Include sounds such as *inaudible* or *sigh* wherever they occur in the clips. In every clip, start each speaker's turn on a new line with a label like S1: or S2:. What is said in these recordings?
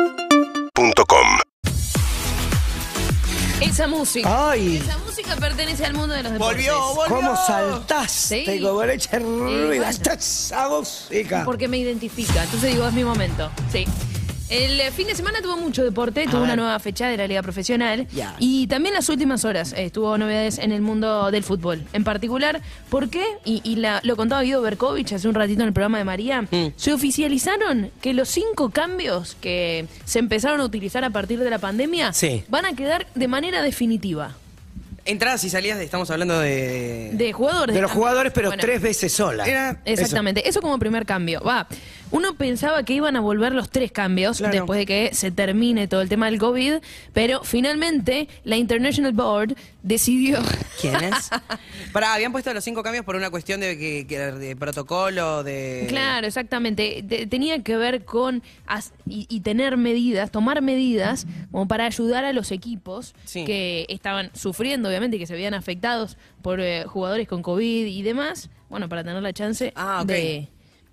S1: UrbanaPlayFM.com
S2: Esa música.
S3: Ay,
S2: Esa música pertenece al mundo de los deportes.
S4: Volvió, volvió.
S3: cómo saltaste
S2: Sí.
S3: con ese ruido,
S2: vaya.
S3: esta esa música.
S2: Porque me identifica. Entonces digo, es mi momento. Sí. El eh, fin de semana tuvo mucho deporte, tuvo una
S3: ver.
S2: nueva fecha de la Liga Profesional
S3: Ya.
S2: y también las últimas horas eh, tuvo novedades en el mundo del fútbol. En particular, ¿por qué? Y, y la- lo contaba Guido Berkovich hace un ratito en el programa de María,
S3: Mm.
S2: se oficializaron que los cinco cambios que se empezaron a utilizar a partir de la pandemia
S4: Sí.
S2: van a quedar de manera definitiva.
S4: Entradas y salidas, de- estamos hablando de.
S2: De jugadores.
S3: De los jugadores, pero
S2: Bueno.
S3: tres veces sola.
S4: Era-
S2: Exactamente, eso. como primer cambio. Va, uno pensaba que iban a volver los tres cambios
S4: Claro.
S2: después de que se termine todo el tema del COVID, pero finalmente la International Board decidió...
S4: ¿Quién es? *laughs* Pará, habían puesto los cinco cambios por una cuestión de, que, que- de protocolo, de.
S2: Claro, exactamente. Te- tenía que ver con as- y, y tener medidas, tomar medidas como para ayudar a los equipos
S4: Sí.
S2: que estaban sufriendo, obviamente, y que se veían afectados por eh, jugadores con COVID y demás. Bueno, para tener la chance
S4: Ah, ok.
S2: de...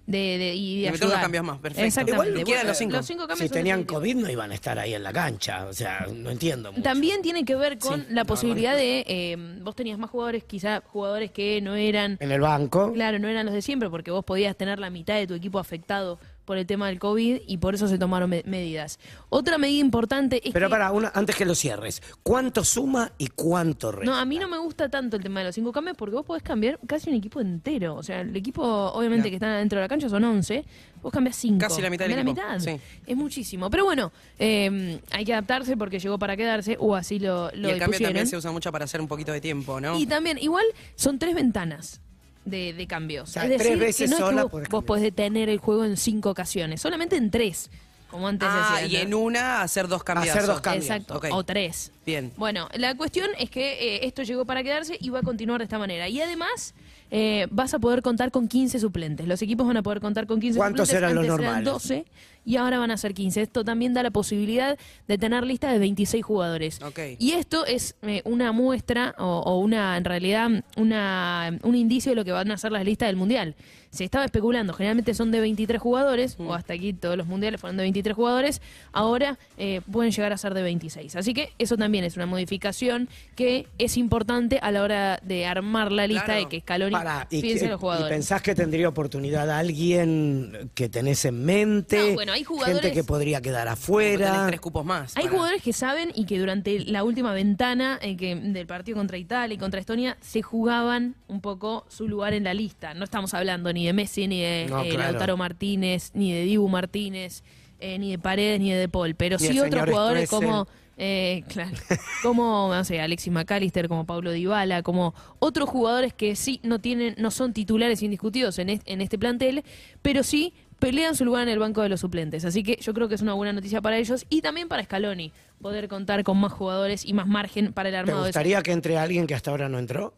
S2: De, de- y de
S4: Le metieron
S2: ayudar.
S4: unos cambios más, perfecto.
S2: Exactamente.
S4: Igual no quedan los cinco.
S2: Los cinco cambios
S3: Si
S2: son
S3: tenían
S2: definitivos.
S3: COVID no iban a estar ahí en la cancha. O sea, no entiendo mucho.
S2: También tiene que ver con
S4: Sí,
S2: la
S4: no,
S2: posibilidad de, eh, vos tenías más jugadores, quizá jugadores que no eran,
S3: En el banco.
S2: claro, no eran los de siempre, porque vos podías tener la mitad de tu equipo afectado por el tema del COVID y por eso se tomaron me- medidas. Otra medida importante es
S3: Pero
S2: que...
S3: para, una, antes que lo cierres, ¿cuánto suma y cuánto resta?
S2: No, a mí no me gusta tanto el tema de los cinco cambios porque vos podés cambiar casi un equipo entero. O sea, el equipo, obviamente,
S4: Ya.
S2: que están adentro de la cancha son 11. Vos cambiás cinco.
S4: Casi la mitad del
S2: Cambiás
S4: equipo,
S2: la mitad.
S4: sí.
S2: Es muchísimo. Pero bueno, eh, hay que adaptarse porque llegó para quedarse o así lo,
S4: Y
S2: lo
S4: el cambio también
S2: depusieron.
S4: se usa mucho para hacer un poquito de tiempo, ¿no?
S2: Y también, igual, son tres ventanas de, de cambios.
S3: sea,
S2: es
S3: tres
S2: decir,
S3: veces
S2: que no es que
S3: sola
S2: vos,
S3: podés
S2: vos
S3: cambiar.
S2: podés detener el juego en cinco ocasiones, solamente en tres, como antes
S4: ah,
S2: se hacía.
S4: y en
S2: ¿no?
S4: una hacer dos cambios.
S3: Hacer dos cambios.
S2: Exacto,
S4: ok.
S2: o tres.
S4: Bien.
S2: Bueno, la cuestión es que eh, esto llegó para quedarse y va a continuar de esta manera. Y además, eh, vas a poder contar con 15 suplentes. Los equipos van a poder contar con 15
S3: ¿Cuántos
S2: suplentes.
S3: eran los
S2: Antes
S3: normales?
S2: 12 y ahora van a ser 15. Esto también da la posibilidad de tener lista de 26 jugadores.
S4: Ok.
S2: Y esto es eh, una muestra o, o una, en realidad, una, un indicio de lo que van a ser las listas del Mundial. Se estaba especulando, generalmente son de 23 jugadores,
S3: Mm.
S2: o hasta aquí todos los mundiales fueron de 23 jugadores, ahora eh, pueden llegar a ser de 26. Así que eso también es una modificación que es importante a la hora de armar la lista
S4: Claro.
S2: de que Scaloni
S3: Pará, y,
S2: piense
S3: que-
S2: en los
S3: y
S2: jugadores.
S3: pensás que tendría oportunidad alguien que tenés en mente.
S2: No, bueno, hay jugadores-
S3: Gente que podría quedar
S4: Porque
S3: afuera.
S4: tenés tres cupos más.
S2: Hay
S4: para-
S2: jugadores que saben y que durante la última ventana eh, que del partido contra Italia y contra Estonia se jugaban un poco su lugar en la lista. No estamos hablando ni de Messi, ni de
S3: No,
S2: eh,
S3: claro.
S2: Lautaro Martínez, ni de Dibu Martínez, eh, ni de Paredes, ni de De Paul, pero
S3: Ni el
S2: sí otros
S3: señor
S2: jugadores
S3: Stoessel.
S2: como eh, claro, como no sé, Alexis McAllister, como Pablo Dybala, como otros jugadores que sí no tienen, no son titulares indiscutidos en, est- en este plantel, pero sí pelean su lugar en el banco de los suplentes. Así que yo creo que es una buena noticia para ellos y también para Scaloni poder contar con más jugadores y más margen para el
S3: ¿Te
S2: armado. de su-
S3: gustaría que entre alguien que hasta ahora no entró?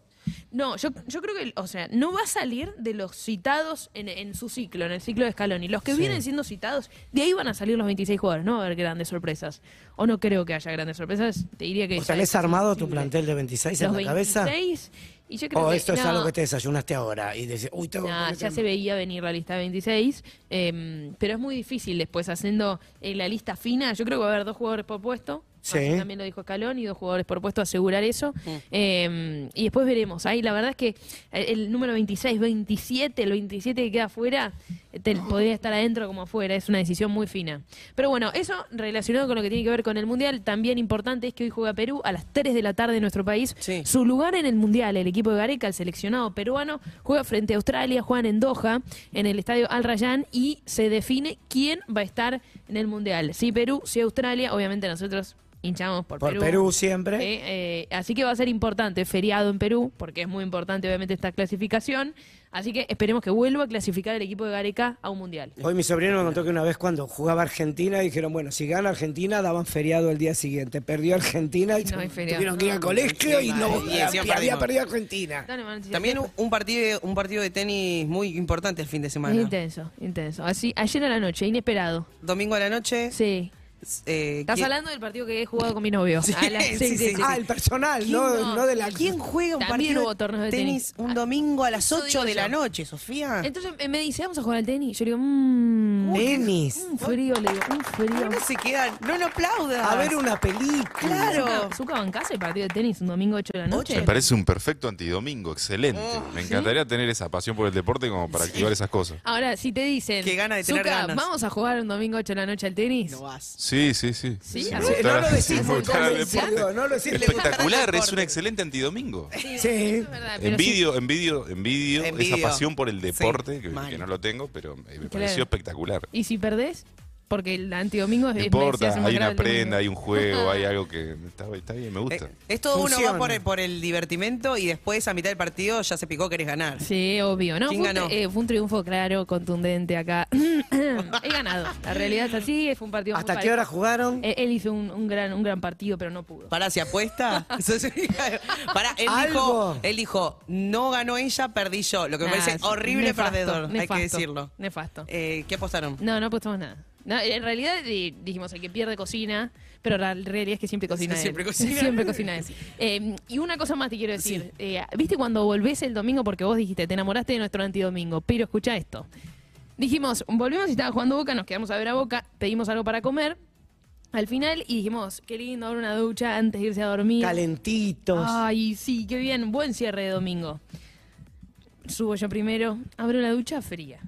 S2: No, yo, yo creo que, o sea, no va a salir de los citados en, en su ciclo, en el ciclo de Scaloni. Los que vienen siendo citados, de ahí van a salir los 26 jugadores. No va a haber grandes sorpresas. O no creo que haya grandes sorpresas. Te diría que.
S3: ¿O
S2: ya es
S3: tenés armado tu
S2: imposible.
S3: plantel de 26 en
S2: Los
S3: la cabeza?
S2: 26, y yo creo
S3: ¿O
S2: que-
S3: esto es
S2: no,
S3: algo que te desayunaste ahora y dices, uy, tengo que
S2: no,
S3: meter-
S2: ya se veía venir la lista de 26, eh, pero es muy difícil después haciendo eh, la lista fina. Yo creo que va a haber dos jugadores por puesto.
S3: Sí.
S2: Así También lo dijo Escalón y dos jugadores por puesto asegurar eso. Eh, y después veremos. Ahí la verdad es que el, el número 26, 27, el 27 que queda afuera, eh, te- podría estar adentro como afuera. Es una decisión muy fina. Pero bueno, eso relacionado con lo que tiene que ver con el Mundial, también importante es que hoy juega Perú a las 3 de la tarde en nuestro país.
S4: Sí.
S2: Su lugar en el Mundial, el equipo de Gareca, el seleccionado peruano, juega frente a Australia, juegan en Doha, en el estadio Al Rayyan, y se define quién va a estar en el Mundial. Si Perú, si Australia, obviamente nosotros hinchamos por,
S3: Por
S2: Perú.
S3: Perú siempre.
S2: Eh, eh, así que va a ser importante, feriado en Perú, porque es muy importante obviamente esta clasificación. Así que esperemos que vuelva a clasificar el equipo de Gareca a un Mundial.
S3: Hoy mi sobrino me contó que una vez cuando jugaba Argentina dijeron, bueno, si gana Argentina daban feriado el día siguiente. Perdió Argentina y
S2: No hay feriado.
S3: tuvieron que ir al colegio y no,
S4: Y decían,
S3: y había
S4: perdimos.
S3: perdido Argentina.
S2: Dale, Manuel,
S4: También un- un partido, un partido de tenis muy importante el fin de
S2: Es
S4: semana.
S2: intenso, intenso. Así, ayer a la noche, inesperado.
S4: Domingo a la noche.
S2: Sí.
S4: eh,
S2: Estás
S4: que-
S2: hablando del partido que he jugado con mi novio.
S4: Sí,
S2: A la-
S4: *laughs* sí, sí.
S3: Ah, el personal,
S4: ¿Quién
S3: no,
S2: no?
S3: no de la.
S4: ¿Quién juega un
S2: También
S4: partido
S2: hubo torneos de tenis.
S4: un domingo a las
S2: Eso
S4: 8
S2: digo
S4: de
S2: yo.
S4: la noche, Sofía?
S2: Entonces eh, me dice, vamos a jugar al tenis. Yo le digo, mmm.
S3: Tenis.
S2: Un frío, le digo, un frío.
S4: No se quedan, no lo aplaudas.
S3: A ver una película.
S4: Claro.
S2: Zuka bancás el partido de tenis un domingo 8 de la noche.
S1: Me parece un perfecto antidomingo, excelente. Me encantaría tener esa pasión por el deporte como para activar esas cosas.
S2: Ahora, si te dicen,
S4: Qué gana de tener
S2: "Zuka,
S4: ganas".
S2: vamos a jugar un domingo 8 de la noche al tenis.
S4: No vas.
S1: Sí, sí, sí.
S2: Sí,
S1: Si
S2: a
S1: me
S2: ver.
S1: gustara-
S3: Ah, No lo decís
S1: si me
S3: con
S1: gustara el
S2: convicción,
S1: deporte.
S3: no lo decís.
S1: Espectacular, es un
S4: Deporte.
S1: excelente antidomingo.
S3: Ah, Sí.
S2: Es verdad, pero sí.
S1: Envidio, envidio, envidio,
S4: Envidio.
S1: esa pasión por el deporte,
S4: Sí,
S1: que,
S4: mal.
S1: que no lo tengo, pero eh, me pareció espectacular.
S2: ¿Y si perdés? Porque el antidomingo es
S1: No
S2: es- se
S1: importa,
S2: hace más
S1: hay una
S2: grave el domingo.
S1: prenda, hay un juego, hay algo que está, está bien, me gusta.
S4: Eh, es todo uno
S3: Funciona.
S4: va por el, por el divertimento y después a mitad del partido ya se picó, querés ganar.
S2: Sí, obvio. No,
S4: ¿Quién
S2: fue, un-
S4: ganó?
S2: eh, fue un triunfo claro, contundente acá. *coughs* He ganado. La realidad es así, fue un partido muy
S3: ¿Hasta qué
S2: parejo.
S3: hora jugaron?
S2: Eh, él hizo un, un gran, un gran partido, pero no pudo.
S4: Pará,
S2: *laughs*
S4: ¿se apuesta? *laughs* Pará, él
S3: Algo.
S4: dijo, él dijo, no ganó ella, perdí yo. Lo que me
S2: Nah,
S4: parece
S2: sí,
S4: horrible
S2: nefasto,
S4: perdedor, hay que
S2: nefasto,
S4: decirlo.
S2: Nefasto.
S4: Eh, ¿Qué apostaron?
S2: No, no apostamos nada. No, en realidad di- dijimos, el que pierde cocina, pero la realidad es que siempre cocina él.
S4: Siempre
S2: *laughs*
S4: cocina.
S2: Siempre cocina él. Eh, y una cosa más te quiero decir. Eh, ¿Viste cuando volvés el domingo? Porque vos dijiste, te enamoraste de nuestro antidomingo, pero escucha esto. Dijimos, volvemos y estaba jugando Boca, nos quedamos a ver a Boca, pedimos algo para comer al final y dijimos, qué lindo, ahora una ducha antes de irse a dormir.
S3: Calentitos.
S2: Ay, sí, qué bien, buen cierre de domingo. Subo yo primero, abro la ducha fría.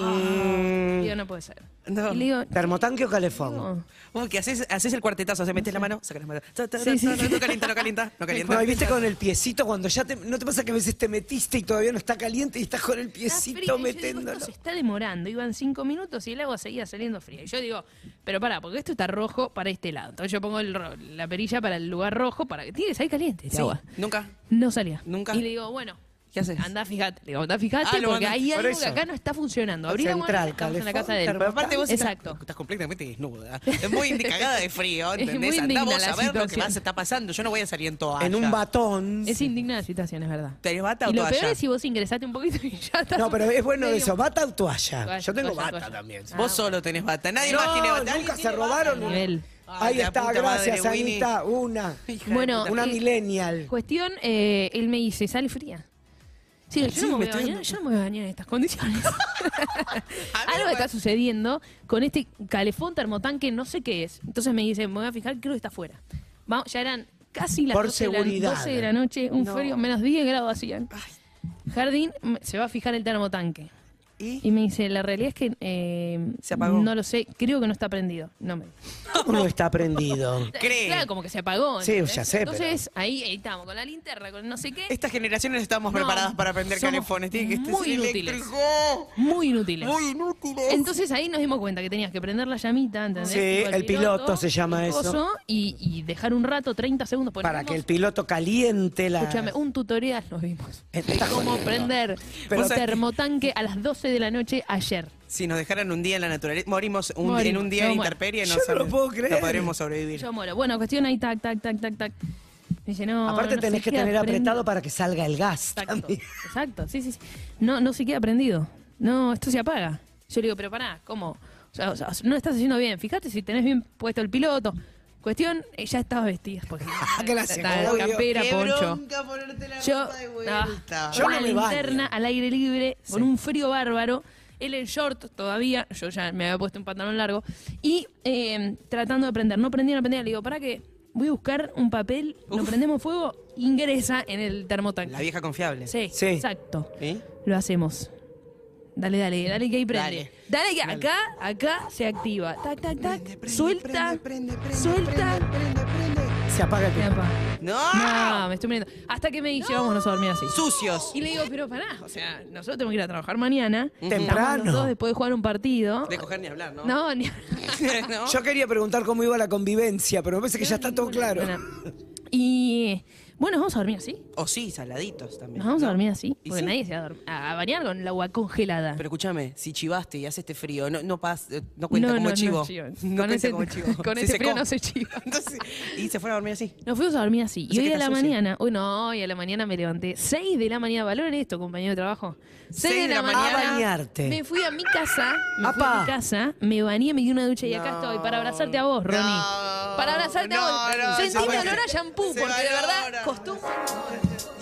S3: Mm.
S2: Digo, no puede ser.
S4: No.
S2: Y le digo,
S3: ¿Termotanque o calefón?
S2: no.
S4: Vos que haces, haces el cuartetazo, o sea, metes la mano, sacas la mano. ta, ta, ta,
S2: Sí, sí.
S4: ta, ta, No calienta, no calienta, no calienta.
S3: No, y viste con el piecito cuando ya te. ¿No te pasa que a veces te metiste y todavía no está caliente y estás con el
S2: Está fría.
S3: piecito
S2: Y yo digo,
S3: metiéndolo?
S2: esto se está demorando. Iban cinco minutos y el agua seguía saliendo fría. Y yo digo, pero pará, porque esto está rojo para este lado. Entonces yo pongo el ro- la perilla para el lugar rojo para que tires ahí caliente ese
S4: Sí,
S2: agua.
S4: Nunca.
S2: No salía.
S4: Nunca.
S2: Y le digo, bueno.
S4: ¿Qué haces?
S2: Andá, fíjate. Le digo, andá, fíjate,
S4: Ah, lo
S2: porque
S4: mandé.
S2: ahí hay
S3: Por
S2: algo que
S3: eso.
S2: acá no está funcionando. Abrí la
S3: Central,
S2: agua, estamos en la
S3: calefón,
S2: casa de él.
S4: Pero aparte vos
S2: Exacto.
S4: Estás, estás completamente desnuda. Es muy indicada de frío,
S2: *laughs* Es
S4: ¿entendés?
S2: muy
S4: Andá
S2: indigna
S4: vos
S2: la
S4: a ver lo que
S2: situación.
S4: más está pasando. Yo no voy a salir en toalla.
S3: En un batón.
S2: Es indigna la situación, es verdad.
S4: ¿Tenés bata o
S2: Y lo
S4: toalla?
S2: peor es si vos ingresaste un poquito y ya está.
S3: No, pero es bueno
S2: medio-
S3: eso, bata o toalla.
S2: Toalla,
S3: Yo tengo
S2: toalla,
S3: bata
S2: toalla.
S3: también.
S2: Ah,
S4: Vos solo tenés bata. Nadie
S3: No,
S4: más tiene bata.
S3: nunca
S4: ¿Alguien
S3: se
S4: tiene
S3: robaron.
S4: bata?
S2: Nivel.
S4: Ay,
S3: Ahí
S4: la
S3: está,
S4: puta madre,
S3: gracias,
S4: Winnie.
S3: Anita. Una.
S2: *laughs*
S4: Hija de
S2: Bueno,
S4: puta.
S3: Una
S2: eh,
S3: millennial.
S2: Cuestión, eh, él me dice, sale fría. Sí, yo,
S4: Sí,
S2: no me
S4: me
S2: voy a
S4: estoy
S2: bañar,
S4: dando-
S2: yo no me voy a bañar en estas
S3: *laughs*
S2: condiciones.
S4: A mí
S2: Algo
S4: me-
S2: está sucediendo con este calefón termotanque, no sé qué es. Entonces me dice, me voy a fijar, creo que está afuera. Vamos, ya eran casi las
S3: Por
S2: 12 de, la,
S3: seguridad.
S2: 12 de la noche, un frío, menos 10 grados hacían. Jardín mm, se va a fijar el termotanque.
S4: ¿Y?
S2: Y me dice, la realidad es que eh,
S4: Se apagó.
S2: no lo sé, creo que no está prendido. No me
S3: Uno está prendido.
S4: Cree.
S2: Claro, como que se apagó.
S3: Sí,
S2: ¿entendés?
S3: ya sé, pero-
S2: Entonces, ahí, ahí estábamos, con la linterna, con no sé qué.
S4: Estas generaciones estamos
S2: No,
S4: preparadas para aprender
S2: somos
S4: calefones. Tiene que estar
S2: muy inútiles.
S4: eléctrico.
S2: Muy inútiles.
S4: Muy inútiles.
S2: Entonces ahí nos dimos cuenta que tenías que prender la llamita, ¿entendés?
S3: Sí,
S2: Tipo
S3: el piloto se llama
S2: el coso,
S3: eso.
S2: Y, y dejar un rato, 30 segundos. porque
S3: Para
S2: nos
S3: que el
S2: vimos-
S3: piloto caliente la.
S2: Escúchame, un tutorial nos vimos.
S3: Está
S2: Cómo prender
S3: Pero-
S2: un termotanque a las 12 de la noche ayer.
S4: Si nos dejaran un día en la naturaleza, morimos, un-
S2: Morimos,
S4: en un día
S2: yo
S4: de
S2: muero.
S4: intemperie.
S3: Yo no
S4: sobre-
S3: lo puedo creer.
S4: No podríamos sobrevivir.
S2: Yo muero. Bueno, cuestión ahí, tac, tac, tac, tac, tac. Me dice, no, no,
S3: Aparte
S2: no
S3: tenés
S2: se
S3: que
S2: queda
S3: tener
S2: prendido.
S3: apretado para que salga el gas.
S2: Exacto,
S3: también.
S2: exacto, sí, sí, sí. No, no se queda prendido. No, esto se apaga. Yo le digo, pero pará, ¿cómo? O sea, o sea, no lo estás haciendo bien. Fíjate si tenés bien puesto el piloto. Cuestión, eh, ya estabas vestida.
S3: *laughs*
S2: Porque,
S3: Gracias,
S2: Está-
S3: Ah, obvio.
S2: campera,
S4: Qué
S2: poncho.
S4: bronca ponerte la
S2: Yo,
S4: ropa de
S2: ah,
S4: vuelta.
S3: Yo
S2: una
S3: no me baño.
S2: linterna al aire libre, con un frío bárbaro. Él en short todavía, yo ya me había puesto un pantalón largo. Y eh, tratando de prender, no prendía, no prendía. Le digo, ¿para qué? Voy a buscar un papel, lo prendemos fuego, ingresa en el termotanque.
S4: La vieja confiable.
S2: Sí,
S3: Sí.
S2: exacto.
S4: ¿Eh?
S2: Lo hacemos. Dale, dale, dale que ahí prende.
S4: Dale.
S2: Dale, que acá, acá se activa. Tac, tac, tac.
S4: Prende, prende,
S2: suelta.
S4: prende, prende,
S2: suelta.
S4: prende, prende, prende.
S3: Se apaga el
S2: Y
S3: piloto.
S2: apa.
S4: ¡No!
S2: No, me estoy muriendo. Hasta que me dice, vámonos a dormir así.
S4: Sucios.
S2: Y le digo, pero pará, o sea, nosotros tenemos que ir a trabajar mañana. Estamos los
S3: Temprano.
S2: dos después de jugar un partido.
S4: De coger ni hablar, ¿no?
S2: No, ni. *laughs*
S4: ¿No?
S3: Yo quería preguntar cómo iba la convivencia, pero me parece que ya está todo claro.
S2: Bueno, Y Bueno, vamos a dormir así.
S4: O sí, saladitos también.
S2: Nos vamos a
S4: ¿no?
S2: dormir así.
S4: Y
S2: Porque
S4: sí.
S2: nadie se va a, dorm- a- a bañar con el agua congelada.
S4: Pero escúchame, si chivaste y hace este frío, no, no, pas- eh, no cuenta
S2: No,
S4: como
S2: no, no
S4: chivo. *laughs*
S2: es chivo.
S4: No
S2: Con
S4: cuenta
S2: ese- *laughs*
S4: como chivo.
S2: con
S4: Se
S2: ese frío
S4: secó.
S2: no se chiva.
S4: *laughs* Entonces, y se fueron a dormir así.
S2: Nos fuimos a dormir así.
S4: Así
S2: y hoy
S4: que
S2: a la
S4: está sucia.
S2: mañana, hoy no, hoy a la mañana me levanté. 6 de la mañana, valoren esto, compañero de trabajo. 6 de, la, mañana.
S3: A bañarte.
S2: Me fui a mi casa, me fui
S3: Apa.
S2: a mi casa, me bañé, me di una ducha y acá estoy para abrazarte a vos, Ronnie. para abrazarte
S4: no,
S2: a vos.
S4: no,
S2: Sentí
S4: se
S2: mi
S4: valora.
S2: olor a shampoo,
S4: Se
S2: porque de verdad
S4: valora.
S2: costó un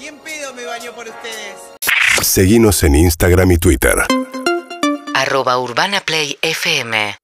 S4: Y en pedo me baño por ustedes.
S5: Seguinos en Instagram y Twitter.
S6: arroba Urbana Play FM